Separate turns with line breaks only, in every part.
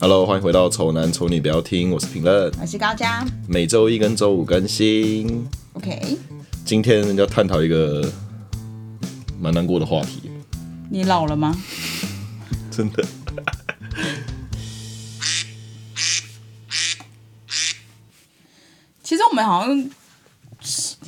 Hello，欢迎回到《丑男丑女》，不要听，我是评论，
我是高嘉。
每周一跟周五更新。
OK，
今天要探讨一个蛮难过的话题，
你老了吗？
真的。
其实我们好像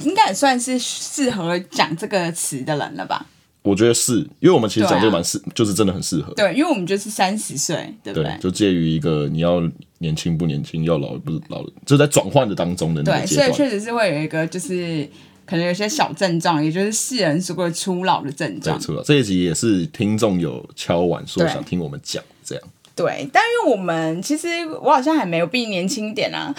应该也算是适合讲这个词的人了吧？
我觉得是因为我们其实讲这
对
个
啊
蛮适，就是真的很适合。
对，因为我们就是三十岁，对不啊
对
对，？
就介于一个你要年轻不年轻，要老不老，就在转换的当中的那个
对，
阶
所以
段。
确实是会有一个就是可能有些小症状，也就是世人说过的初老的症
没
状。
错，啊这一集也是听众有敲碗说
对
想听我们讲这样。
对，但因为我们其实我好像还没有比你年轻一点啊。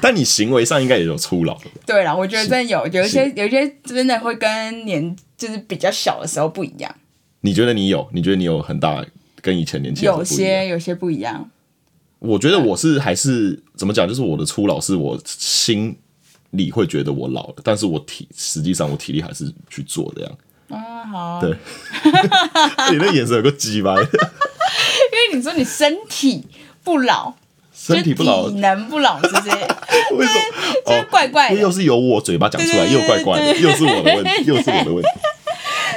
但你行为上应该也有初老了吧，
对啦，我觉得真的有有一些有一些真的会跟年就是比较小的时候不一样，
你觉得你有？你觉得你有很大跟以前年轻的时候
有
不一样
些有些不一样。
我觉得我是还是怎么讲，就是我的初老是我心里会觉得我老了，但是我体实际上我体力还是去做这样。
啊，好啊，
对你那眼神有个鸡巴，
因为你说你身体不老，
身体不老
就体能不老，是不是？
为什么？
就是怪怪的
又是由我嘴巴讲出来，
对
又
对
怪怪的，
对
又是我的问 题，又是我的问题。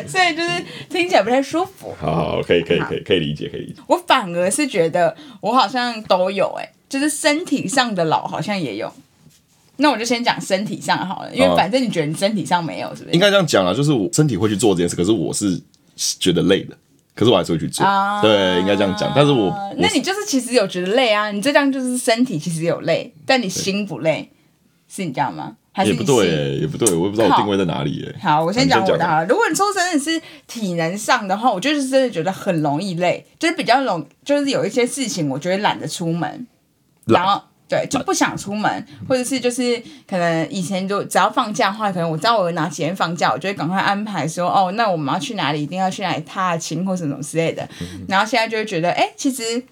所以就是听起来不太舒服。
好好，好可以，可以，可以，可以理解，可以理解。
我反而是觉得我好像都有、欸，哎，就是身体上的老好像也有。那我就先讲身体上好了，因
哦
为反正你觉得你身体上没有，是不
应
是？
该这样讲啦，啊就是我身体会去做这件事，可是我是觉得累的，可是我还是会去做。
啊
对，应该这样讲。但是我
呃
我
那你就是其实有觉得累啊，你这样就是身体其实有累，但你心不累，是你这样吗？还是
也
你
不
心？
对、欸，也不对，我也不知道我
靠
定位在哪里、欸。
好，我先
你先
讲我的
讲
好了。如果你说真的是体能上的话，我就是真的觉得很容易累，就是比较容，就是有一些事情我就会懒得出门，然
懒
后对就不想出门，或者是就是可能以前就只要放假的话，可能我知道我有哪几天放假，我就会赶快安排说哦，那我们要去哪里，一定要去哪里踏青或什么之类的。然后现在就会觉得，哎、其实。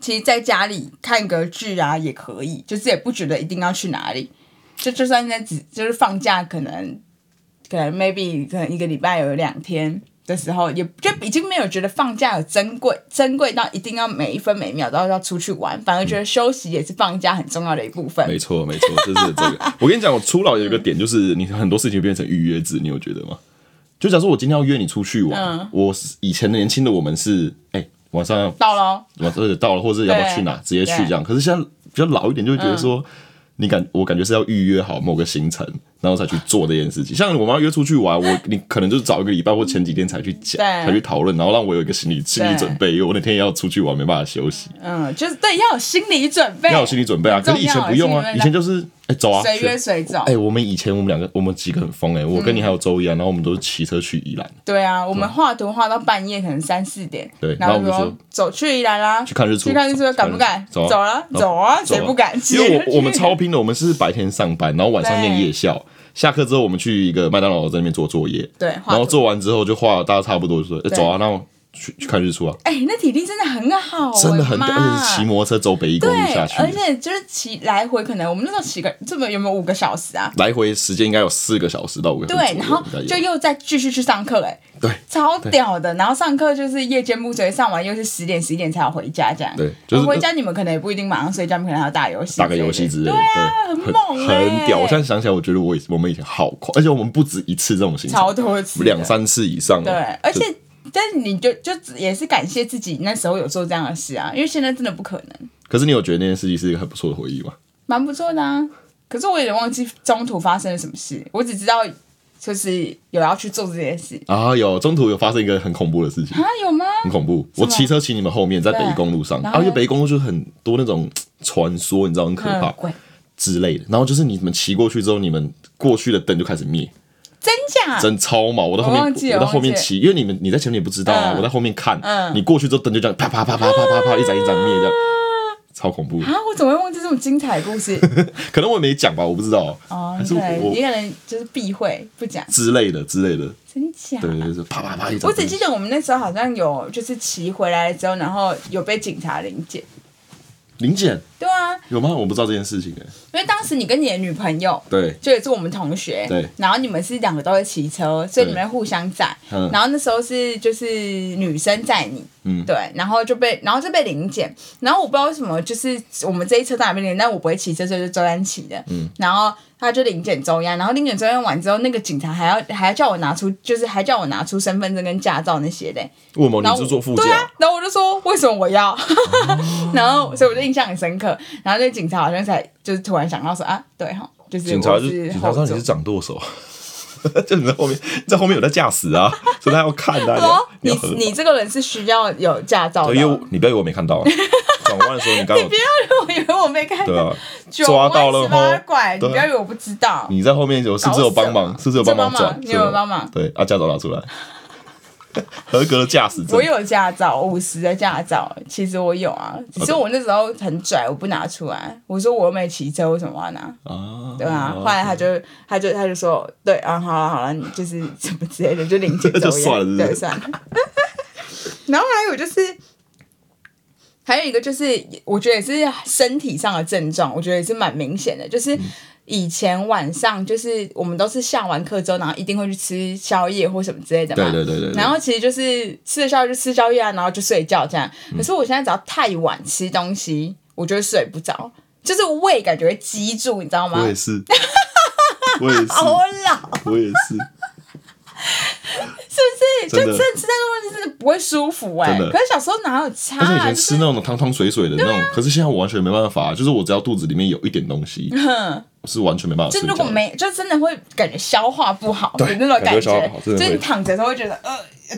其实在家里看个剧啊也可以，就是也不觉得一定要去哪里，就就算在只就是放假，可能可能 maybe 可能一个礼拜有两天的时候，也就已经没有觉得放假有珍贵，珍贵到一定要每一分每一秒都要出去玩，反而觉得休息也是放假很重要的一部分。
嗯没错，没错，就是这个。我跟你讲，我初老有一个点，就是你很多事情变成预约制，你有觉得吗？就假如说我今天要约你出去玩，
嗯
我是以前的年轻的我们是，哎、晚上要
到喽，
晚上到了，或是要不要
对嗯
去哪，直接去这样。可是现在比较老一点，就会觉得说，你感我感觉是要预约好某个行程，然后才去做这件事情。像我们要约出去玩，我你可能就是早一个礼拜或前几天才去讲，
对
才去讨论，然后让我有一个心理心理
对
准备，因为我那天要出去玩，没办法休息。
嗯，就是对，要有心理准备，
要有心理准备啊。
很
可
重
是以前
要
不用啊
心，理准备
以前就是哎、走啊，
随约
去
随走
哎、我们以前我们两个我们几个很疯哎、我跟你
嗯
还有周一啊，然后我们都是骑车去宜兰
对啊，我们画图画到半夜，可能三四点，
对
然后
然后我们
说走去宜兰啦，
去看日出，
去看日出敢不敢？
走啊
走了，走啊，
走
谁不敢？
因为
直接
我
去
我们超拼的，我们是白天上班，然后晚上念夜校。下课之后，我们去一个麦当劳在那边做作业，
对画
然后
图
做完之后就画，大家差不多就说：“哎、
对
走啊，那我去去看日出啊
哎、那体力真的很好、！”我
真的很，
妈
而且是骑摩托车走北一公
对
路下，去，
而且就是骑来回，可能我们那时候骑个这么有没有五个小时啊？
来回时间应该有四个小时到五个小
对
时，左右
然后
应该有
就又再继续去上课嘞、
对
超屌的。然后上课就是夜间部，所以上完又是十点十一点才有回家这样。
对就是
回家你们可能也不一定马上睡觉，你们可能还要打游戏之类
打
的，
个游戏之类的，
对啊，
对，
很猛、欸，
很屌。我现在想起来，我觉得我以我们以前好狂，而且我们不止一次这种行程，
超多次的
两三次以上哦。
对，而
就
且。但是你就就只也是感谢自己那时候有做这样的事啊，因为现在真的不可能，
可是你有觉得那件事情是一个很不错的回忆吗？
蛮不错的啊。可是我有点忘记中途发生了什么事，我只知道就是有要去做这件事
啊，有中途有发生一个很恐怖的事情，
啊，有吗？
很恐怖。我
吗
骑车骑你们后面，在北
对
宜公路上，
然
啊
后
因为
呢
北宜公路就是很多那种传说，你知道很可怕、
嗯鬼
之类的。然后就是你们骑过去之后，你们过去的灯就开始灭，
真假？
真超毛。我到后
啊我
面
忘记，了
到后面
忘记
骑，因为你们你在前面也不知道啊，
嗯
我在后面看，
嗯
你过去之后灯就这样啪啪啪啪啪啪啪一盏一盏灭，这样超恐怖的。
啊！我怎么会忘记这种精彩的故事？
可能我也没讲吧，我不知道，
哦，
还是
对，
我
一个人就是避讳不讲，
之类的之类的，
真假？
对，就是啪啪啪一张。
我只记得我们那时候好像有就是骑回来之后，然后有被警察临检。
零检
对啊，
有吗？我不知道这件事情哎、
因为当时你跟你的女朋友。
对，
就也是我们同学，
对
然后你们是两个都会骑车，所以你们会互相载。
嗯
然后那时候是就是女生载你，
嗯
对，然后就被然后就被零检，然后我不知道为什么，就是我们这一车到哪边领，但我不会骑车，所以就周安骑的，嗯，然后他就零检周安，然后零检周安完之后，那个警察还要还要叫我拿出，就是还叫我拿出身份证跟驾照那些的，
为什么
然后
你是坐副驾
对？啊，然后我就说为什么我要， 然后所以我就印象很深刻，然后那个警察好像才就是突然想到说啊，对哈，就是
警察
我
就是警察知
后
道你
座
是掌舵手， 就你在后面，你在后面有在驾驶啊，所以他要看啊，你
哦
要，
你
要合
你这个人是需要有驾照的。
对，因为我你不要以为我没看 到啊，转弯的时候你刚有
我以为我没看
对
到
啊，
九
抓
弯
到了
十八
后
拐，你
对啊嗯
不要以为我不知道。
你在后面有是不是有帮忙？是不是有帮忙转？
啊你有没有帮忙
是不是对，啊，驾照拿出来， 合格的驾驶证
我。有驾照，五十的驾照，其实我有啊，只是我那时候很拽，我不拿出来。我说我又没骑车，为什么我要拿？
啊，
对啊，后来他就他就他就说，对啊，好了好了，你就是什么之类的，就领钱
就算了是不是
对，算了。 然后还有就是，还有一个就是，我觉得也是身体上的症状，我觉得也是蛮明显的，
嗯
就是。以前晚上就是我们都是下完课之后，然后一定会去吃宵夜或什么之类的嘛。
对对对对对
然后其实就是吃了宵夜就吃宵夜啊，然后就睡觉这样。
嗯
可是我现在只要太晚吃东西，我就会睡不着，就是胃感觉会积住，你知道吗
我？也是，我也是，
好啊老，
我也是，
是不是？就
真的
真的吃那东西真的不会舒服哎、
真的
可是小时候哪有差、
而且以
啊？
前
就是啊
吃那种汤汤水水的那种，可是现在我完全没办法，就是我只要肚子里面有一点东 西，我是完全没办法
就
睡
如果
觉的。
没，就真的会感觉消化不好的
对
那种
感觉消化
觉
不好，真
就
的会
是你躺着的时候会觉得呃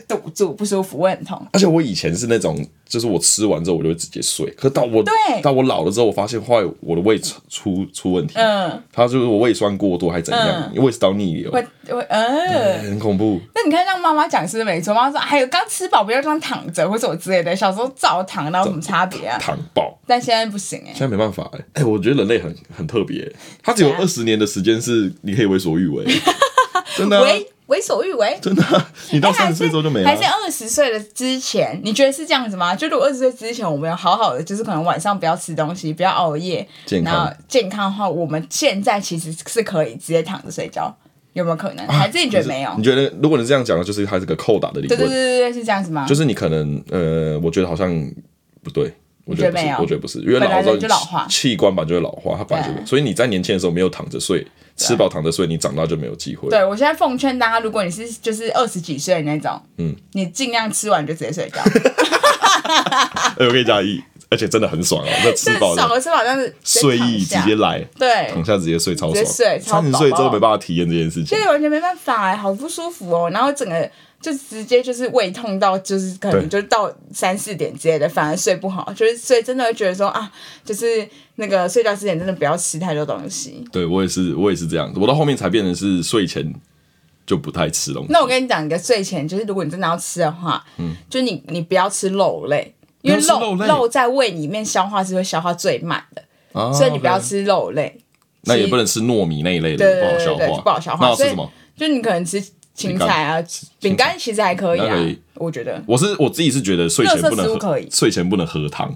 堵住不舒服，胃很痛。
而且我以前是那种，就是我吃完之后我就会直接睡，可到我
对
到我老了之后，我发现后来我的胃出出出问题，
嗯，
他就是我胃酸过多还怎样，胃食道逆流，哎
会会呃。
很恐怖。
那你看，让妈妈讲是不是没错？妈妈说：“哎呦，刚吃饱不要这样躺着，或者我之类的。”小时候照躺，那有什么差别啊？
糖爆，
但现在不行哎、
现在没办法哎、哎、我觉得人类很很特别、他只有
对啊
二十年的时间是你可以为所欲 为，真的啊、
为为所欲为。
真的啊、你到三
哎还
十岁
是
之后就没了啊
还是二十岁的之前，你觉得是这样子吗？就如果二十岁之前，我们有好好的，就是可能晚上不要吃东西，不要熬夜，
健康
然后健康的话，我们现在其实是可以直接躺着睡觉，有没有可能？还是你觉得没有
啊你？觉得如果你这样讲，就是它是个扣打的理
对对对
论，
对对，是这样子吗？
就是你可能呃，我觉得好像不对。我觉得不是
你觉得没，有
我觉得不是，因为
本
老
来
了之后
人就老化
你器官本来就会老化，它本来就
对啊
会，所以你在年轻的时候没有躺着睡，吃饱躺着睡，你长大就没有机会。
对，我现在奉劝大家，如果你是就是二十几岁的那种，嗯，你尽量吃完就直接睡觉，
哎，我跟你讲，一而且真的很 爽啊，那 吃
就是
饱
少
的
了吃饱，但是直接
睡
躺
意直
下
接来，
对，
躺下直接睡超爽
直接睡，超
三十
饱
岁之后没办法体验这件事情
现。在完全没办法、哎，好不舒服哦。然后整个就直接就是胃痛到，就是可能就到三四点之类的，反而睡不好。就是所以真的会觉得说啊，就是那个睡觉之前真的不要吃太多东西。
对我也是，我也是这样子。我到后面才变成是睡前就不太吃东西。
那我跟你讲一个睡前，就是如果你真的要吃的话，嗯，就你你不要吃肉类，因为
不要吃
肉
肉类
在胃里面消化是会消化最慢的，
啊
所以你不要。吃肉类。
那也不能吃糯米那一类的，
对对对
不好
对
消
对
化。
不好消化
那要吃
所以
什么？
就你可能吃青菜啊，饼干其实还可以
那
啊
可以，
我觉得
我是我自己是觉得睡前不
垃圾食
能
物
喝
可以，
睡前不能喝汤，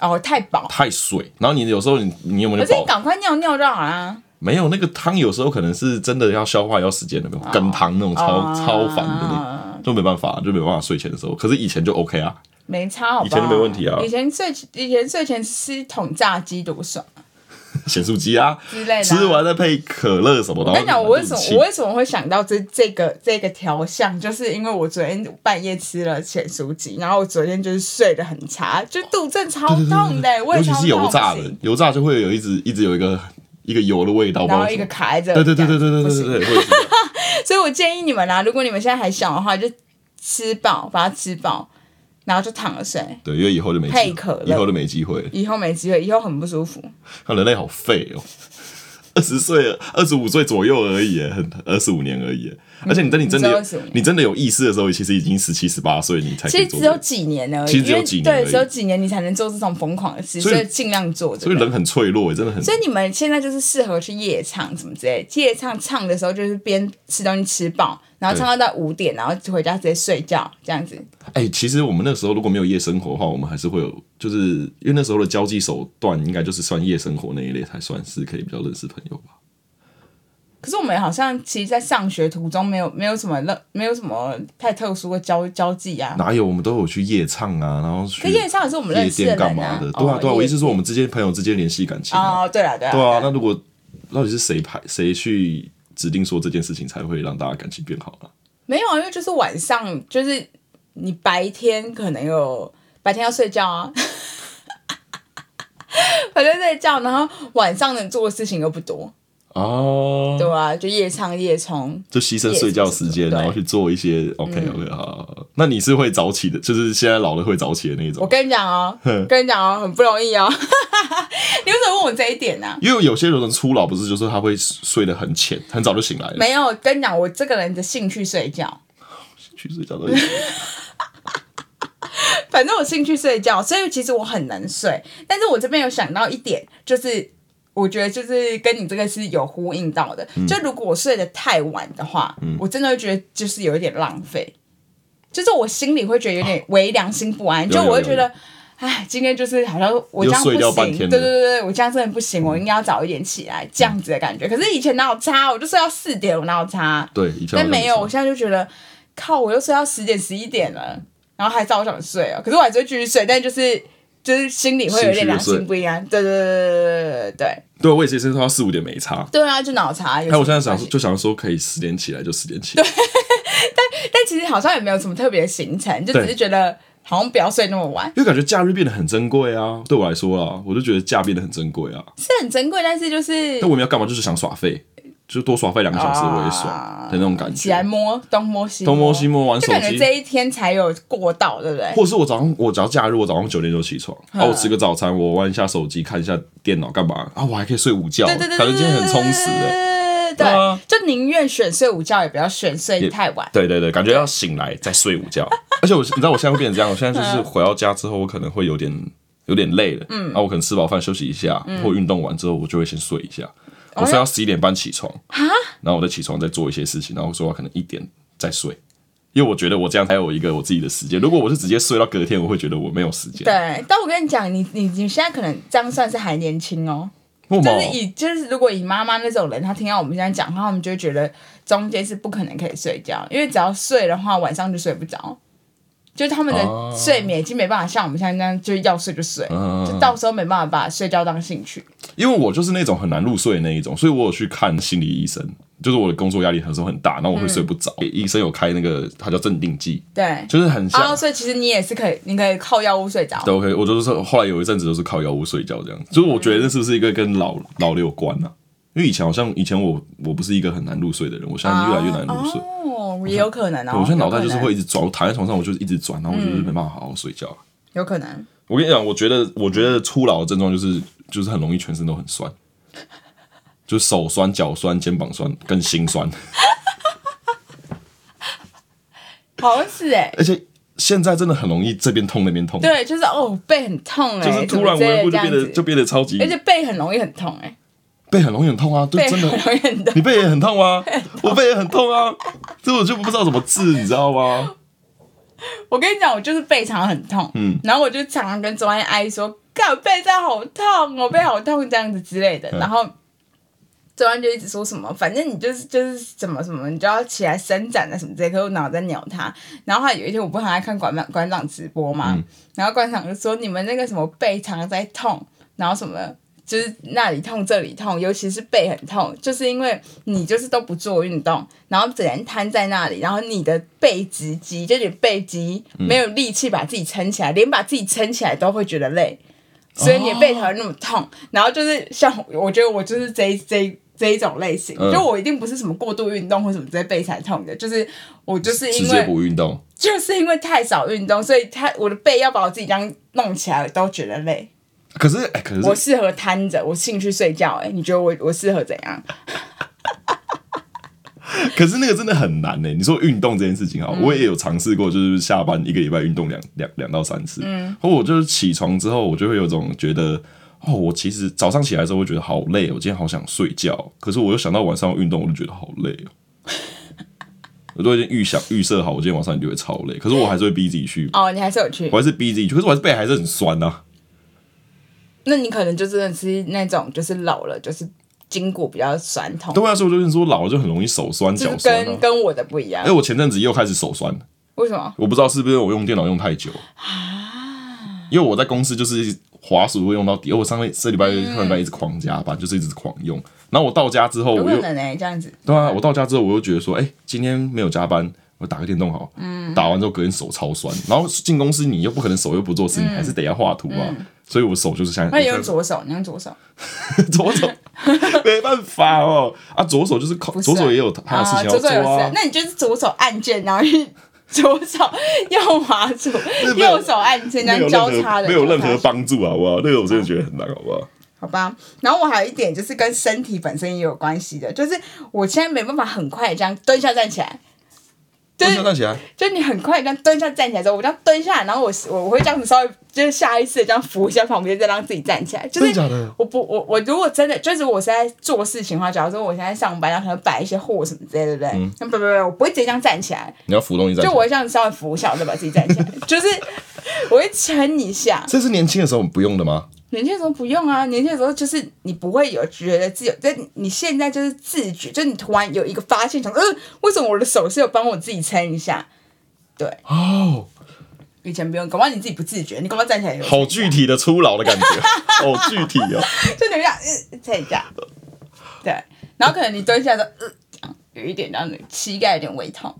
哦太饱，
太水。然后你有时候你你有没
可
有
是你
饱？
赶快尿尿就好啦。
没有那个汤，有时候可能是真的要消化要时间的，
啊
羹汤那种
哦
超超烦的那，就没办法，就没办法睡前的时候。可是以前就 OK 啊，
没差好吧？
以前都没问题啊
以前睡以前睡前吃桶炸鸡多爽
咸酥鸡啊，
之类的啊、
吃完再配可乐什么的。
我跟你
然
讲，
后
我为什
就
么
很气
我为什么会想到这这个这个条项，就是因为我昨天半夜吃了咸酥鸡，然后我昨天就是睡得很差，就肚子真的超痛的、我
尤
也
其
超
是
痛
油炸的
不行，
油炸就会有一直一直有一个一个油的味道，
然
不
后
知道为
一
什
个
么
卡在这，
对对对对
这
对
样不
对
行
对对，会是
所以我建议你们啊，如果你们现在还小的话，就吃饱，把它吃饱，然后就躺着睡，
对，因为以后就没机
配可乐
以后就没机会了。
以后没机会，以后很不舒服。
看人类好废哦， 二十岁、二十五岁左右而已耶，很二十五年而已耶。而且你等你真的有
嗯你知道25年
你真的有意识的时候，其实已经十七、十八岁，你才可
其
以
实
做
只
这
有
个。
几年而已，
其实只有
因为
几年而
对，
已
只有几年你才能做这种疯狂的事，
所
所
以
以尽量做
所
这
以
个。
人很脆弱耶，真的很
所以你们现在就是适合去夜唱什么之类，夜唱唱的时候就是边吃东西吃饱，然后唱到到五点，然后就回家直接睡觉这样子。
哎、其实我们那时候如果没有夜生活的话，我们还是会有，就是因为那时候的交际手段应该就是算夜生活那一类才算是可以比较认识朋友吧。
可是我们好像其实，在上学途中没有没有什么乐，没有什么太特殊的交交际啊。
哪有我们都有去夜唱啊，然后去
可夜唱也是我们认识
夜
的
店干
人
嘛
啊
的？，
哦
对啊，对啊，我意思
夜
是说我们之间朋友之间联系感情啊，
哦，对了对 了，
对啊。那如果到底是谁排谁去指定说这件事情才会让大家感情变好啊？
没有啊，因为就是晚上，就是你白天可能有白天要睡觉啊， 白天睡觉，然后晚上能做的事情又不多，
哦，
对吧、就夜唱夜冲，
就牺牲睡觉时间，
对嗯
然后去做一些 OK OK 好好，好那你是会早起的，就是现在老了会早起的那
我
种。
跟你讲哦，跟你讲哦，很不容易哦。 你为什么问我这一点啊呢、
因为有些人初老不是就是他会睡得很浅，很早就醒来了，
没有，跟你讲，我这个人的兴趣睡觉，
去睡觉都
反正我兴趣睡觉，所以其实我很能睡。但是我这边有想到一点，就是我觉得就是跟你这个是有呼应到的。
嗯
就如果我睡得太晚的话，我真的会觉得就是有一点浪费，就是我心里会觉得有点微良心不安，
啊有
就我会
有
觉得。哎，今天就是好像我这样不
又睡掉半
行，
天了嗯
对对对对，我这样真的不行，我应该要早一点起来，这样子的感觉。可是以前哪有差，我就睡到四点，我哪有差？
对，以前好
但
像
没有，
不
我
是，
现在就觉得，靠，我又睡到十点十一点了，然后还是好想睡哦。可是我还是会继续睡，但就是就是心里会有点良心不一安。对对对对对对对
对我也是睡到四五点没差。
对啊，就脑残。
哎，我现在
想
想说，，就想说可以十点起来就十点起来，
但其实好像也没有什么特别的行程，就只是
对
觉得好像不要睡那么晚，
因为感觉假日变得很珍贵啊。对我来说啊，我就觉得假变得很珍贵啊。
是很珍贵，但是就是
那我们要干嘛？就是想耍废，就多耍废两个小时
啊
我也爽的那种感
起来
觉。
摸东摸西，
东摸西，摸玩
就
手
感觉
机，
这一天才有过到，对不对？
或是我早上我只要假日，我早上九点就起床，
嗯
啊，我吃个早餐，我玩一下手机，看一下电脑，干嘛啊？我还可以睡午觉，
对对对，
感觉今天很充实的。
的。
对
对
啊，
就宁愿选睡午觉，也不要选睡
也
太晚。
对对对，感觉要醒来再睡午觉。 而且我你知道我现在会变成这样，我现在就是回到家之后，我可能会有点有点累了，嗯，啊，我可能吃饱饭休息一下，或运动完之后，我就会先睡一下。我睡到十一点半起床然后我再起床再做一些事情，然后说我可能一点再睡。因为我觉得我这样才有一个我自己的时间。如果我是直接睡到隔天，我会觉得我没有时间。
对，但我跟你讲，你你你现在可能这样算是还年轻哦。
为什
就
么
是以就是如果以妈妈那种人，她听到我们现在讲话，他们就会觉得中间是不可能可以睡觉，因为只要睡的话，晚上就睡不着。就是他们的
哦
睡眠已经没办法像我们现在那样，就是要睡就睡，
嗯
就到时候没办法把睡觉当兴趣。
因为我就是那种很难入睡的那一种，所以我有去看心理医生，就是我的工作压力有时候很大，然后我会睡不着。医生有开那个，它叫镇定剂，
对，
就是很像。
哦，所以其实你也是可以，你可以靠药物睡着。
对，OK，我就是说后来有一阵子都是靠药物睡觉这样，所以我觉得那是不是一个跟老老了有关啊？因为以前好像以前我我不是一个很难入睡的人，我现在越来越难入睡。
哦，也有可能哦。
对我现在脑袋就是
有可能嗯
会一直转，我躺在床上我就是一直转，然后我就是没办法好好睡觉。
有可能。
我跟你讲，我觉得我觉得初老的症状就是就是很容易全身都很酸，就手酸、脚酸、肩膀酸跟心酸，
好像是哎、
而且现在真的很容易这边痛那边痛，
对，就是哦，背很痛哎、
就是突然
怎么
微
之
微就
类的这样
变得
子
就变得超级
而且背很容易很痛哎、
背很容易很痛啊，对，
背
真
很
的
容易很痛。
你背也很痛 啊，我背也很痛啊，所以我就不知道怎么治，你知道吗？
我跟你讲，我就是背常常很痛，嗯，然后我就常常跟周安阿姨说，干我背真的好痛，我背好痛这样子之类
嗯
的，然后。周安就一直说什么，反正你就是就是怎么什么，你就要起来伸展啊什么之类的。可是我脑袋鸟他，然后后来有一天我不是还在看馆长馆长直播嘛，
嗯
然后馆长就说你们那个什么背常常在痛，然后什么就是那里痛这里痛，尤其是背很痛，就是因为你就是都不做运动，然后整天瘫在那里，然后你的背直肌就是你背肌
嗯
没有力气把自己撑起来，连把自己撑起来都会觉得累，所以你的背才会那么
哦
痛。然后就是像我我觉得我就是这一这一这一种类型，
嗯
就我一定不是什么过度运动或什么之类背才痛的，就是我就是
直
因
接
为
不运动，
就是因为太少运动，所以太我的背要把我自己这样弄起来都觉得累。
可是哎、可
我
是
适合瘫着，我兴趣睡觉、欸。哎，你觉得我我适合怎样？
啊可是那个真的很难呢、欸你说运动这件事情
嗯
啊，我也有尝试过，就是下班一个礼拜运动两两两到三次，嗯，或我就是起床之后，我就会有种觉得。哦，我其实早上起来的时候会觉得好 累，我今天好想睡觉，可是我又想到晚上要运动，我就觉得好累哦。我都已经预想预设好，我今天晚上一定会超累，可是我还是会逼自己去，
哦，你还是有去
我，还是逼自己去，可是我还是背还是很酸啊呐、
那你可能就真的是那种就是老了，就是筋骨比较酸痛，
对啊，所以我就跟你说，老了就很容易手酸、
就
脚
是
酸、
跟
啊。
跟我的不一样
哎，。我前阵子又开始手酸，
为什么？
我不知道是不是我用电脑用太久
啊
因为我在公司就是滑鼠会用到底，而我上个这礼拜、
嗯
上礼拜一直狂加班，就是一直狂用。然后我到家之后，
有
我
可
又
能哎、这样子。
对啊，我到家之后我又觉得说，哎、今天没有加班，我打个电动好。嗯，打完之后隔天手超酸，然后进公司你又不可能手又不做事，你还是得要画图啊。所以我手就是像
嗯那你 用左手，你用左手，
左手，没办法哦啊，左手就是靠
是
左手也有他的事情要
左手
做
有事
啊，。
那你就是左手按键，然后去 左手用滑鼠，
没有
右手按键这
没有
样
任
交叉
何
的，
没有任
交
何
叉
帮助啊好不好？那个我真的觉得很难好不好？
好吧，然后我还有一点就是跟身体本身也有关系的，就是我现在没办法很快地这样蹲下站起来，就
蹲
是
下站起来，
就你很快地这样蹲下站起来之后，我这样蹲下来，然后我我我会这样子稍微就是下意识地这样扶一下旁边，再让自己站起来，就
真的
是
假的？
我不我我如果真的就是我现在做事情的话，假如说我现在上班，然后可能摆一些货什么之类的，对不对？
嗯
那不不不，我不会直接这样站起来，
你要扶东西站起
就
来。
我会这样稍微扶一下，我再把自己站起来，就是我会撑一下。
这是年轻的时候我们不用的吗？
年轻的时候不用啊，年轻的时候就是你不会有觉得自己有，但你你现在就是自觉，就你突然有一个发现，想说，呃，为什么我的手是有帮我自己撑一下？
哦，
以前不用，搞不好你自己不自觉，你搞不好站起来有，
好具体的初老的 感觉，好具体哦。
就你会这样，呃，撑一下，对，然后可能你蹲下的时候，呃，这样有一点让你膝盖有点微痛。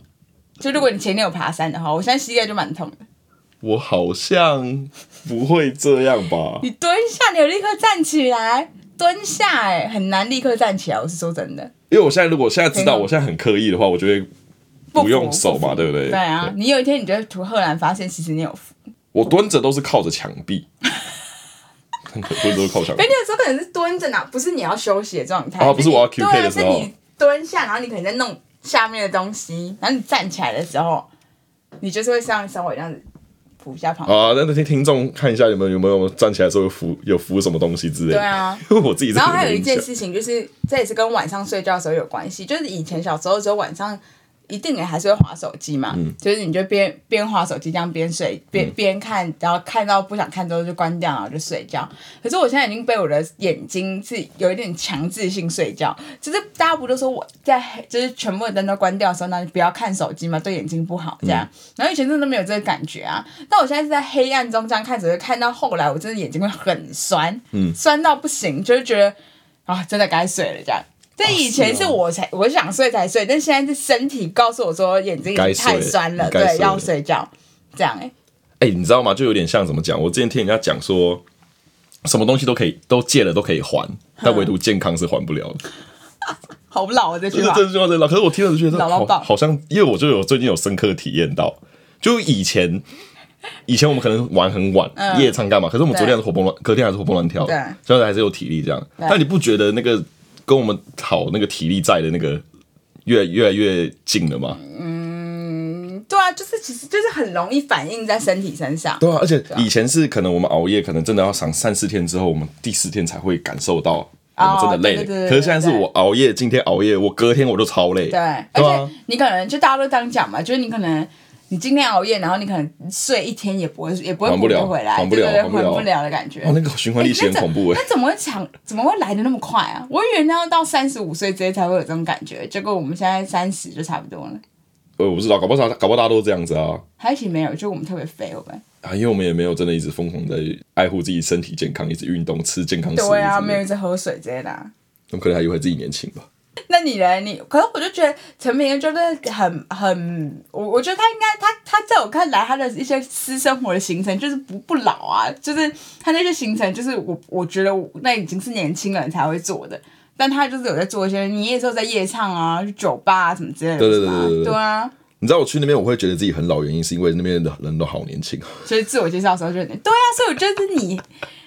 就如果你前天有爬山的话，我现在膝盖就蛮痛的。
我好像不会这样吧？
你蹲下，你有立刻站起来，蹲下、哎，很难立刻站起来。我是说真的，
因为我现在如果现在知道
没有
我现在很刻意的话，我就会
不
不用
服
手嘛，
服
嗯对不对？
对啊，你有一天你就会突赫然发现，其实你有福。
我蹲着都是靠着墙 壁，很可蹲着都是靠墙
哎，
壁。
那个时候可能是蹲着呢，不是你要休息的状态。
哦不是我要 QK
对啊
的时候
是你蹲下，啊然后你可能在弄下面的东西，然后你站起来的时候，你就是会像稍微这样子扶一下旁 边。
啊，那那听听众看一下有没有有没有站起来的时候有扶有扶什么东西之类
对
的。
啊，
因为我自己是
然后
没
还有一
印
件
象
事情，就是这也是跟晚上睡觉的时候有关系，就是以前小时候的时候晚上。一定也还是会划手机嘛，就是你就边边划手机这样边睡，边边看，然后看到不想看之后就关掉，然后就睡觉。可是我现在已经被我的眼睛是有一点强制性睡觉，就是大家不都说我在黑就是全部的灯都关掉的时候，那你不要看手机嘛，对眼睛不好这样。然后以前真的没有这个感觉啊，但我现在是在黑暗中这样看手机，看到后来我真的眼睛会很酸，酸到不行，就是觉得啊，真的该睡了这样。
哦
这以前是我才、我想睡才睡，但现在是身体告诉我说眼睛已
该
经
睡了
太酸了，
你该
对，
睡
要
了
睡觉。这样哎、
哎、你知道吗？就有点像怎么讲？我之前听人家讲说，什么东西都可以都借了都可以还，
嗯
但唯独健康是还不了的。
好老啊这
这
句
是
话。
这句话真的，可是我听了就觉得
老到
好，
爆
好像因为我就有最近有深刻体验到，就以前。以前我们可能玩很晚，夜唱干嘛？可是我们昨天还是活蹦乱，隔天还是活蹦乱跳，
嗯对
现在还是有体力这样。但你不觉得那个跟我们讨那个体力在的那个越来越来越近了吗？
对啊，就是其实就是很容易反映在身体身上。
对啊，而且以前是可能我们熬夜，可能真的要上三四天之后，我们第四天才会感受到我们真的累了。
哦对对对对
可是现在是我熬夜，今天熬夜，我隔天我都超累。
对，而
对啊
且你可能就大家都这样讲嘛，就是你可能你今天熬夜，然后你可能睡一天也不会也不会
还不
补
了
得回来，
还不
对
了
对对
还不
还
了
不了的感觉。
哦，那个循环力 其实很恐怖哎、
那怎么会抢？怎么会来的那么快啊？我以为那要到三十五岁之类才会有这种感觉，结果我们现在三十就差不多了。
呃，我不知道，搞不好搞不好大家都这样子啊
还其实没有，就我们特别肥，我们。
啊，因为我们也没有真的一直疯狂在爱护自己身体健康，一直运动，吃健康食物之类
对
的。
啊，没有一直喝水之类的、啊。
我们可能还以为自己年轻吧。
那你呢？你可是我就觉得陈明恩就是很很，我我觉得他应该他他在我看来，他的一些私生活的行程就是不不老啊，就是他那些行程就是我我觉得我那已经是年轻人才会做的，但他就是有在做一些，你也是有在夜唱啊、去酒吧啊什么之类的，
对对对
是吧
对对对
对啊。
你知道我去那边我会觉得自己很老，原因是因为那边的人都好年轻。啊
所以自我介绍的时候就很对啊，所以我觉得是你，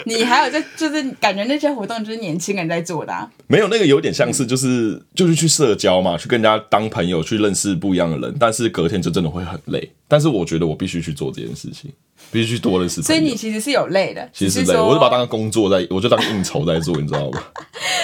你还有在就是感觉那些活动就是年轻人在做的、啊，
没有，那个有点像
嗯
是就是就是去社交嘛，去跟人家当朋友，去认识不一样的人，但是隔天就真的会很累。但是我觉得我必须去做这件事情，必须去多认识
所
朋
以
友。
你其实是有累的，
其
只
实
是
累，
说
我就把它当成工作在，我就当应酬在做，你知道吧？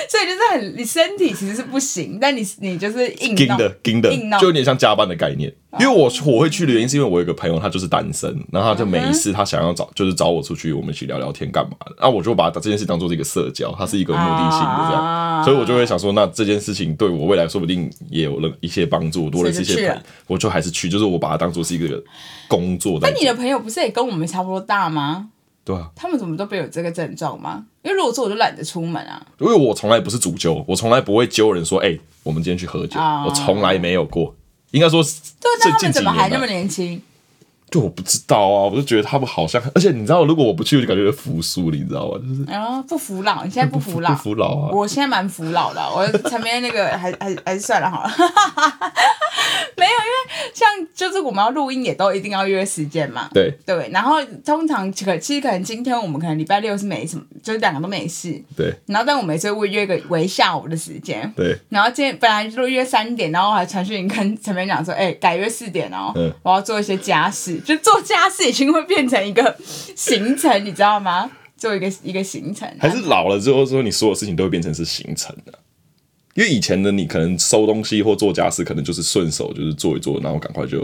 所以就是很，你身体其实是不行，但你你就是 硬
盯
弄
的盯的
硬，弄哦
就有点像加班的概念。因为我我会去的原因是因为我有一个朋友，他就是单身，然后他就每一
嗯
次他想要找就是找我出去，我们一起聊聊天干嘛的，啊那我就把这件事当做是一个社交，它是一个有目的性的这
啊
样，所以我就会想说，那这件事情对我未来说不定也有了一些帮助，多认识一些
所以
朋
就去
友
了，
我就还是去，就是我把它当做是一个工作在
那你
做。
的朋友不是也跟我们差不多大吗？
对啊，
他们怎么都没有这个症状吗？因为如果说我就懒得出门啊，
因为我从来不是主揪，我从来不会揪人说，哎、我们今天去喝酒，
啊
我从来没有过。应该说是，
对，
这
那他
近
们
几
怎么
年
还
来
那么年轻？
就我不知道啊，我就觉得他们好像，而且你知道，如果我不去，我就感觉有点服输，你知道吗？就是
然哎后不服老，你现在不服 老
不，服老啊。
我现在蛮服老的，我前面那个还 还还是算了好了，没有，因为像就是我们要录音也都一定要约时间嘛。
对
对，然后通常可其实可能今天我们可能礼拜六是没什么，就是两个都没事，
对
然后但我们也是会约个为下午的时间。
对，
然后今天本来就约三点，然后我还传讯跟陈明讲说，哎、改约四点哦，
嗯
我要做一些家事，就做家事已经会变成一个行程，你知道吗？做一个一个行程，
还是老了之后说，你所有事情都会变成是行程的、因为以前的你可能收东西或做家事，可能就是顺手就是做一做，然后赶快就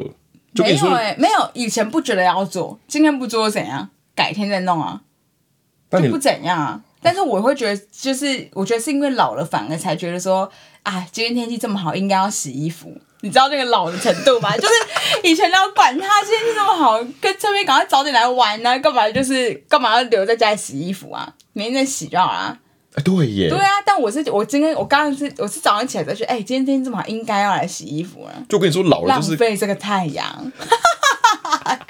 就跟
没
你
有
说，
哎、没有，以前不觉得要做，今天不做怎样？改天再弄啊，
那
就
你
不怎样啊。但是我会觉得，就是我觉得是因为老了，反而才觉得说，啊，今天天气这么好，应该要洗衣服。你知道那个老的程度吗？ 就是以前都要管他，今天气这么好，跟这边赶快早点来玩啊，干嘛就是干嘛要留在家里洗衣服啊？明天再洗就好啦、
哎，对耶，
对啊，但我是我今天我刚刚是我是早上起来才觉得，哎、今天天气这么好，应该要来洗衣服了，
就跟你说老了
浪
就是
费这个太阳。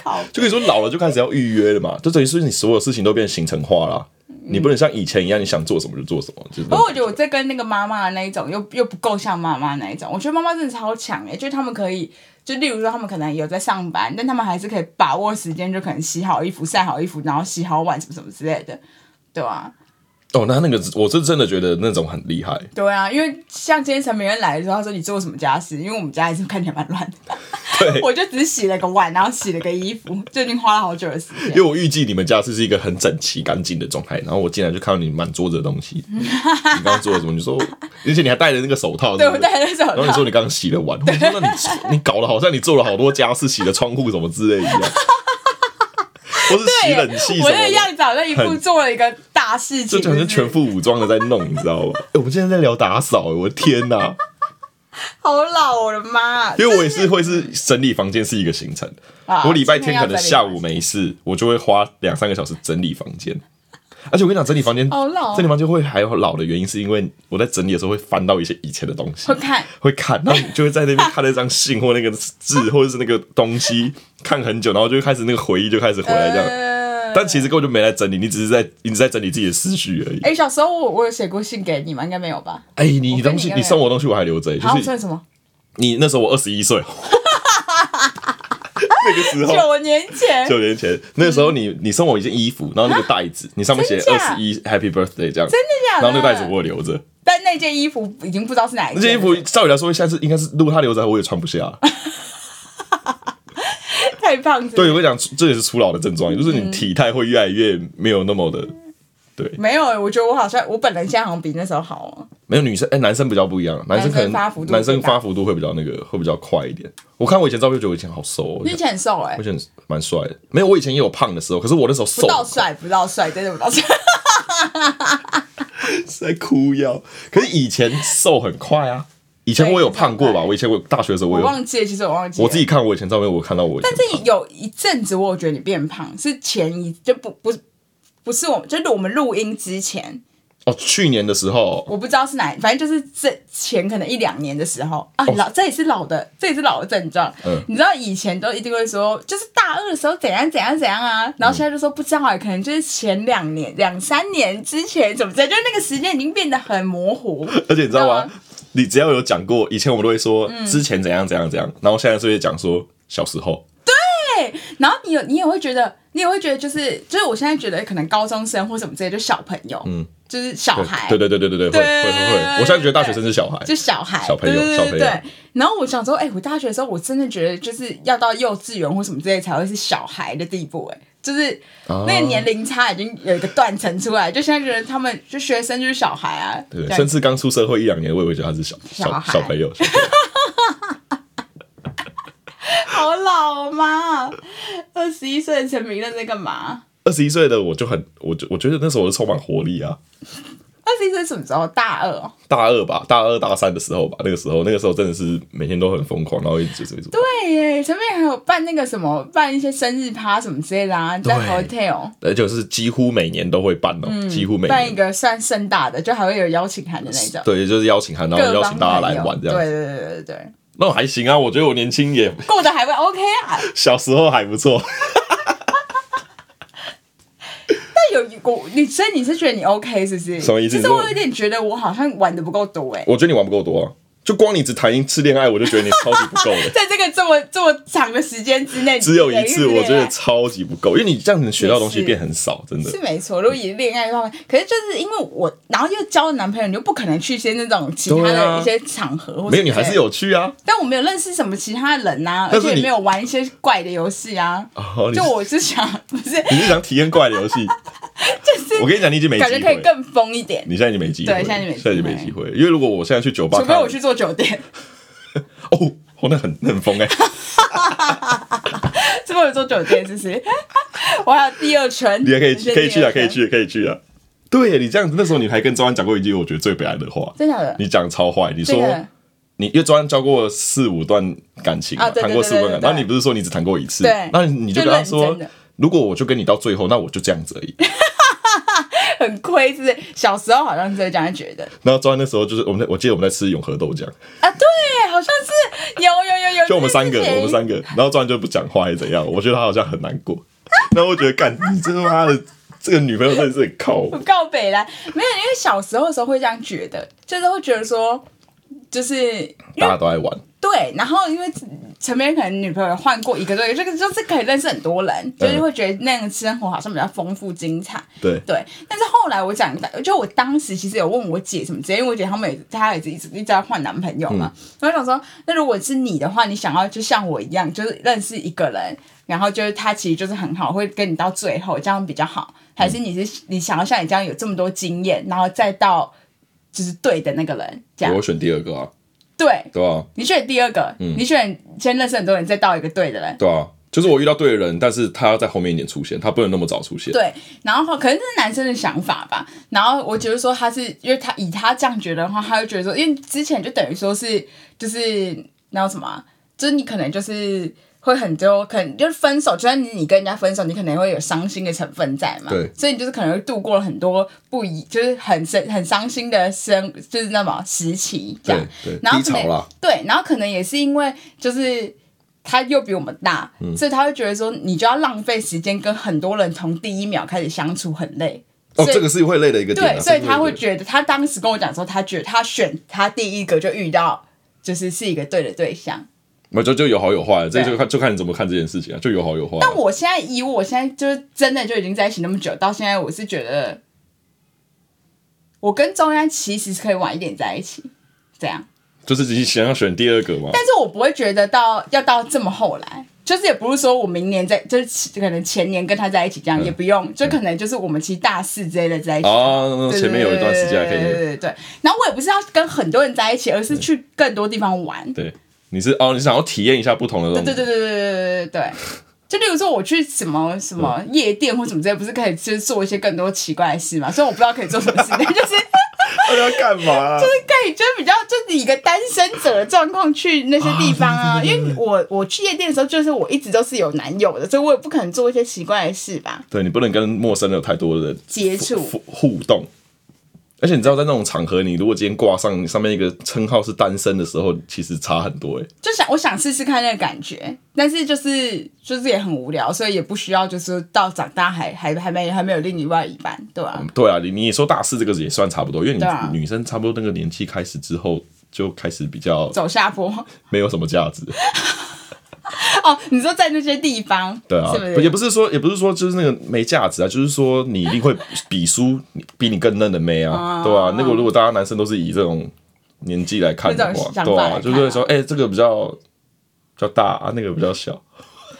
靠！
就跟你说老了就开始要预约了嘛，就等于是你所有事情都变行程化啦。
嗯
你不能像以前一样，你想做什么就做什么，就是那
不
种
过我觉得我这跟那个妈妈的那一种又又不够像妈妈那一种，我觉得妈妈真的超强诶、欸，就是他们可以，就例如说他们可能有在上班，但他们还是可以把握时间，就可能洗好衣服、晒好衣服，然后洗好碗什么什么之类的，对啊，
哦，那那个我是真的觉得那种很厉害，
对啊，因为像今天陈明恩来的时候，他说你做什么家事？因为我们家也是看起来蛮乱的，
对，
我就只是洗了个碗，然后洗了个衣服，就已经花了好久的时间
因为。我预计你们家是是一个很整齐干净的状态，然后我进来就看到你满桌子的东西，你刚刚做了什么？你说，而且你还戴着那个手套，
对，
对不
我
对？
戴
然后
那种
你说你刚刚洗了碗，我说那你你搞得好像你做了好多家事，洗了窗户什么之类一样，或是洗冷气什么
我那个
的，
样子好像一副
很
做了一个大事情，
就感觉
是
全
不是
副武装的在弄，你知道吗？哎、我们现在在聊打扫、我的天哪、
好老，我的妈！
因为我也是会是整理房间是一个行程，
啊
我礼拜天可能下午没事，我就会花两三个小时整理房间。而且我跟你讲，整理房间，
好老哦
整理房间会还有老的原因，是因为我在整理的时候会翻到一些以前的东西
会，看，
会看，然后你就会在那边看那张信或那个字或者是那个东西看很久，然后就会开始那个回忆就开始回来这样。
呃
但其实根本就没来整理，你只是在你只是在整理自己的思绪而已。
哎、小时候我我有写过信给你吗？应该没有吧？
哎，你东西
我跟你
你送我东西我还留着，
好，
就
我
是
算什么？
你那时候我二十一岁， 那个时候
九年前，
九年前，那个时候你你送我一件衣服，然后那个袋子，你上面写
真
二
假
十一 Happy Birthday 这样，
真的
然
假的？
后那个袋子我有留着，
但那件衣服已经不知道是哪一
那件衣
了
服照理来说，下次应该是如果他留着，我也穿不下。
太胖子。
对，我跟你讲，这也是初老的症状，就是
嗯
你体态会越来越没有那么的。
没有、我觉得我好像我本人现在好像比那时候好哦、
没有女生，哎、男生比较不一样，男生可能
男生发福度
男生
比较大
发福度会比较那个，会比较快一点。我看我以前照片，觉得我以前好瘦、哦，我
你以前很瘦哎、
以前蛮帅的。没有，我以前也有胖的时候，可是我那时候
不
瘦
到帅，不到帅，真的不到帅。
在哭腰，可是以前瘦很快 啊。以前我有胖过吧？我以前我大学的时候我
我
有
忘记了，其实我忘记了。
我自己看我以前照片，我看到我以前
但是有一阵子，我有觉得你变胖，是前一就不不不是我们，就是我们录音之前，
哦，去年的时候，
我不知道是哪，反正就是这前可能一两年的时候啊，老这也是老的，这也是老的症状。
哦嗯
你知道以前都一定会说，就是大二的时候怎样怎样怎样啊，然后现在就说不知道、欸，可能就是前两年、两三年之前怎么在，就是那个时间已经变得很模糊。
而且你知道
知
吗？你只要有讲过，以前我们都会说
嗯
之前怎样怎样怎样，然后现在就会讲说小时候，
然后你有你也会觉得，你也会觉得就是就是我现在觉得可能高中生或什么之类，就小朋友，嗯，就是小孩，
对对对对对对，会
对
会会会，我现在觉得大学生是小孩，
就小孩，
哎小朋友
对对
小
对
朋友
对。然后我想说，哎、我大学的时候，我真的觉得就是要到幼稚园或什么之类才会是小孩的地步、哎，就是
啊
那个年龄差已经有一个断层出来，就现在觉得他们就学生就是小孩啊，
对，
对
甚至刚出社会一两年，我也会觉得他是小
小
小
孩
小朋友。小朋友
好老吗？二十一岁的陈明认在干嘛？
二十一岁的我就很，我就我觉得那时候我是充满活力啊，
二十一岁什么时候？大二哦。
大二吧，大二大三的时候吧，那个时候那个时候真的是每天都很疯狂，然后一直追逐。
对耶，陈明还有办那个什么，办一些生日趴什么之类的啊，在
对
hotel
而且是几乎每年都会办哦，几乎每
嗯办一
年。
个算盛大的，就还会有邀请函的那种。
对，就是邀请函，然后
各
邀
方
请大家
朋
来
友
玩这样
对
子。
对对对对对，
那我还行啊，我觉得我年轻也
过得还会 OK 啊。
小时候还不错。
但有一我你，所以你是觉得你 OK 是不是？
什么意思
其
你
实
说
我有点觉得我好像玩的不够多哎、。
我觉得你玩不够多啊，就光你只谈一次恋爱，我就觉得你超级不够的
在这个这么这么长的时间之 内，
只有一次，
你
我
恋爱
觉得超级不够，因为你这样子学到的东
也
西
是
变很少，真的
是。没错。如果以恋爱方面，可是就是因为我，然后又交了男朋友，你就不可能去一些那种其他
对
的
啊
一些场合，或
没有，
什么
你还
之
是
类的。
有趣啊。
但我没有认识什么其他的人呐、而
但是
且也
你
没有玩一些怪的游戏啊。
哦，你
就是我是想，不是，
你是想体验怪的游戏？
就是
我跟你讲，你已经没机
感
会
觉可以
了，
更疯一点。
你现在已经没机会了，
对现在已经没机会
已经没机会了。因为如果我现在去酒吧，
除非
看
我去做酒店，
哦，哦，那很那很 疯哎。
除非我做酒店，就是 我还有第二圈，
你也可以
人生
可以去
第
啊，
二
可
圈
以，去，可以去啊。对耶，你这样子，那时候你还跟周安讲过一句我觉得最悲哀的话，
真的假的？
你讲超坏，你
这
说
个
你因为周安交过四五段感情嘛，
啊对
谈过四五段感
对对对
情，
对
然后你不是说你只谈过一次，
对
那你就跟他
就
说
认真的，
如果我就跟你到最后，那我就这样子而已。
很亏，是不是小时候好像是会这样觉得
然后周安那时候就是我们在，我记得我们在吃永和豆 浆，
啊，对，好像是有有有有，
就我们三个，
这件事情
我们三个，然后周安就不讲话还是怎样，我觉得他好像很难过，然后我觉得干你这他妈的这个女朋友真的是很 靠
我告北啦，没有，因为小时候的时候会这样觉得，就是会觉得说，就是
大家都爱玩，
对，然后因为陈明可能女朋友换过一个对，这个就是可以认识很多人，就是会觉得那样的生活好像比较丰富精彩。
对，
对，但是后来我讲，就我当时其实有问我姐什么之类，因为我姐她们也她也是一直一直在换男朋友嘛。然后我想说，那如果是你的话，你想要就像我一样，就是认识一个人，然后就是他其实就是很好，会跟你到最后，这样比较好，还是你是你想要像你这样有这么多经验，然后再到就是对的那个人这样
我？选第二个啊，
对，
对吧？
你选第二个，你选先认识很多人，再到一个对的人。
对啊，就是我遇到对的人，但是他要在后面一点出现，他不能那么早出现。
对，然后可能这是男生的想法吧。然后我觉得说他是，因为他以他这样觉得的话，他就觉得说，因为之前就等于说是就是那叫什么啊、就是你可能就是会很多，可能就是分手，就算你你跟人家分手，你可能会有伤心的成分在嘛。
对
所以你就是可能会度过了很多不一，就是很深很伤心的生，就是那么时期这样。
对，
然后
低
可能
潮啦，
对，然后可能也是因为就是他又比我们大，所以他会觉得说你就要浪费时间跟很多人从第一秒开始相处很累。
哦，
所以
这个是会累的一个点啊。
对，所以
这个
他会
累的
觉得，他当时跟我讲说，他觉得他选他第一个就遇到，就是是一个对的对象。
没有就就有好有坏，这
对
就看就看你怎么看这件事情啊，就有好有坏啊。
但我现在以我现在就是真的就已经在一起那么久，到现在我是觉得，我跟中央其实是可以晚一点在一起，这样。
就是你想要选第二个嘛，
但是我不会觉得到要到这么后来，就是也不是说我明年在，就是可能前年跟他在一起这样，也不用，就可能就是我们其实大四之类的在一起。
嗯哦，
对
前面有一段时间还可
对对对
以。
对对。然后我也不是要跟很多人在一起，而是去更多地方玩。
对，你是哦，你想要体验一下不同的东
对
西。
对对对对对对对。就例如说，我去什
嗯
么什么夜店或什么之类，不是可以就是做一些更多奇怪的事嘛？虽然我不知道可以做什么事，但就是
对，要干嘛啊？
可以，就是比较就是以一个单身者的状况去那些地方
哦
啊，因为我我去夜店的时候，就是我一直都是有男友的，所以我也不可能做一些奇怪的事吧。
对你不能跟陌生人有太多的
接触
互互动。而且你知道，在那种场合，你如果今天挂上上面一个称号是单身的时候，其实差很多哎。
就想我想试试看那个感觉，但是就是就是也很无聊，所以也不需要就是到长大还还还没还没有另外一半，对吧、
对啊，你你也说大四这个也算差不多，因为你、
对啊
女生差不多那个年纪开始之后，就开始比较
走下坡
没有什么价值。
哦，你说在那些地方，
对啊，
是不
不也
是？
不是说也不是说就是那个没价值啊，就是说你一定会比输比你更嫩的妹啊，
哦
对啊，那个如果大家男生都是以这种年纪来看的
那种
话，
想法
对
来看
啊，
啊哦
就是会说哎、这个比较比较大啊，那个比较小，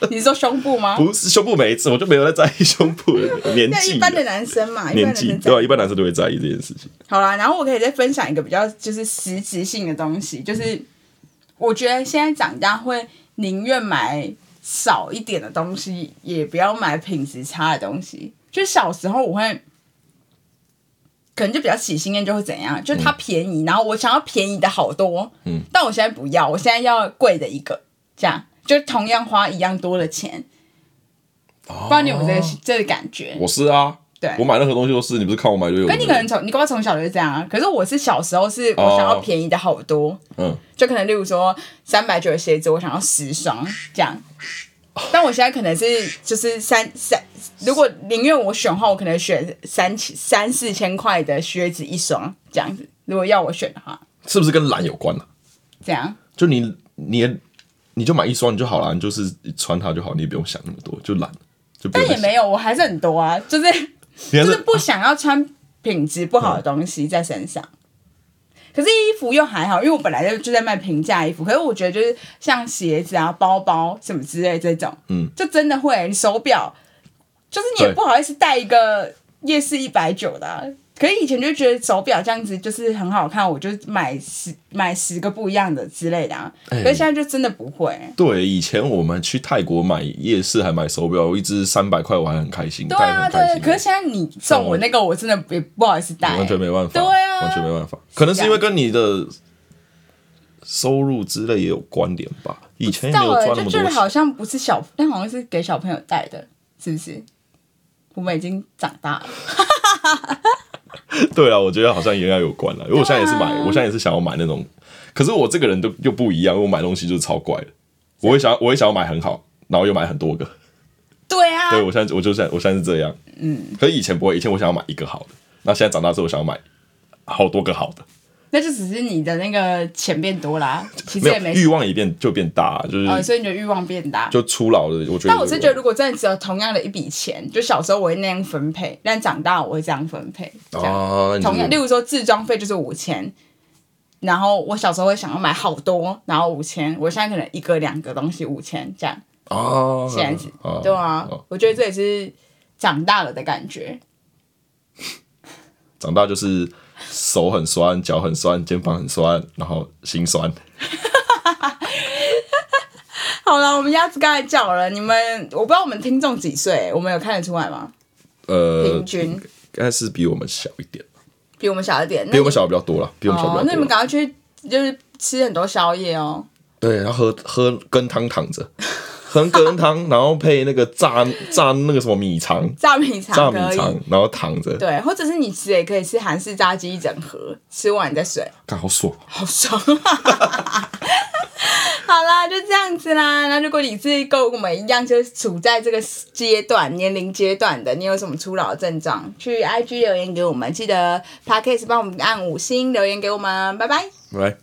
你是说胸部吗？
不是胸部每一次，我就没有在在意胸部了年
那
纪啊
一般的男生嘛，一般
年
的
纪
男
对啊吧、
生。
一般男生都会在意这件事情。
好啦，然后我可以再分享一个比较就是实质性的东西，就是我觉得现在长大会宁愿买少一点的东西，也不要买品质差的东西。就是小时候我会。可能就比较起心念就会怎样，就是它便宜，然后我想要便宜的好多，
嗯，
但我现在不要，我现在要贵的一个，这样就同样花一样多的钱，不
不
知道你有没有这个这个感觉？
我是啊，
对，
我买任何东西都是，你不是看我买就有。
可你可能从你搞不好从小就是这样啊，可是我是小时候是我想要便宜的好多，
嗯，
就可能例如说三百九的鞋子，我想要十双这样。但我现在可能是就是三三，如果宁愿我选的话，我可能选三千三四千块的靴子一双这样子。如果要我选的话，
是不是跟懒有关啊？
这样
就你你你就买一双你就好了，你就是穿它就好，你也不用想那么多，就懒，就不
但
用
也
再想。
没有，我还是很多啊，就是
你还
就是是不想要穿品质不好的东西在身上。可是衣服又还好，因为我本来就就在卖平价衣服。可是我觉得就是像鞋子啊、包包什么之类这种，
嗯，
就真的会手表，就是你也
对
不好意思戴一个夜市一百九的、啊。可是以前就觉得手表这样子就是很好看，我就买十买十个不一样的之类的啊。
哎
可是现在就真的不会。
对，以前我们去泰国买夜市还买手表，一只三百块我还很开心，
对
戴得
啊，
很
对
开
啊，
心。
可是现在你送我那个，我真的也不好意思戴、
完全没办法，
对啊
完全没办法，可能是因为跟你的收入之类也有关联吧。以前哎也没
到
有
了
赚那
就
么多
就是好
钱，
像不是小，但好像是给小朋友戴的，是不是？我们已经长大了，
对啊，我觉得好像应该有关了，因为我现在也是买，
对啊
我现在也是想要买那种，可是我这个人都又不一样，因为我买东西就是超怪的，我会想要，我会想要买很好，然后又买很多个，
对啊，
对我现在我就现在我现在是这样，嗯，可是以前不会，以前我想要买一个好的，那现在长大之后我想要买好多个好的，
那就只是你的那个钱变多啦、其实
没
也
有
没
欲望也变就变大，就是、
呃，所以你的欲望变大。
就初老的，我觉得。
但我哦是觉得，如果真的只有同样的一笔钱，就小时候我会那样分配，但长大我会这样分配，这样、
啊，那你就
同样，例如说自装费就是五千，然后我小时候会想要买好多，然后五千，我现在可能一个两个东西五千这样，
哦，
这样子，
哦
对啊，
哦
我觉得这也是长大了的感觉。
长大就是手很酸，脚很酸，肩膀很酸，然后心酸。
好了，我们鸭子刚才叫了，你们我不知道我们听众几岁，我们有看得出来吗？
呃
平，均
应该是比我们小一点，
比我们小一点，那
比我们小的比较多啦，比我们小的
哦，
比
那
较
你
多
们
啦。
赶快去就是吃很多宵夜哦。
对，然后喝喝羹汤躺着，喝羹汤，然后配那个炸炸那个什么米肠，
炸米
炸
肠
米
可以，
肠，然后躺着，
对，或者是你吃也可以吃韩式炸鸡一整盒，吃完再睡，
看好爽。啊
好爽。啊 好啦，就这样子啦。那如果你是跟我们一样，就是处在这个阶段、年龄阶段的，你有什么初老症状，去 IG 留言给我们，记得 Podcast 帮我们按五星留言给我们，拜拜。
来。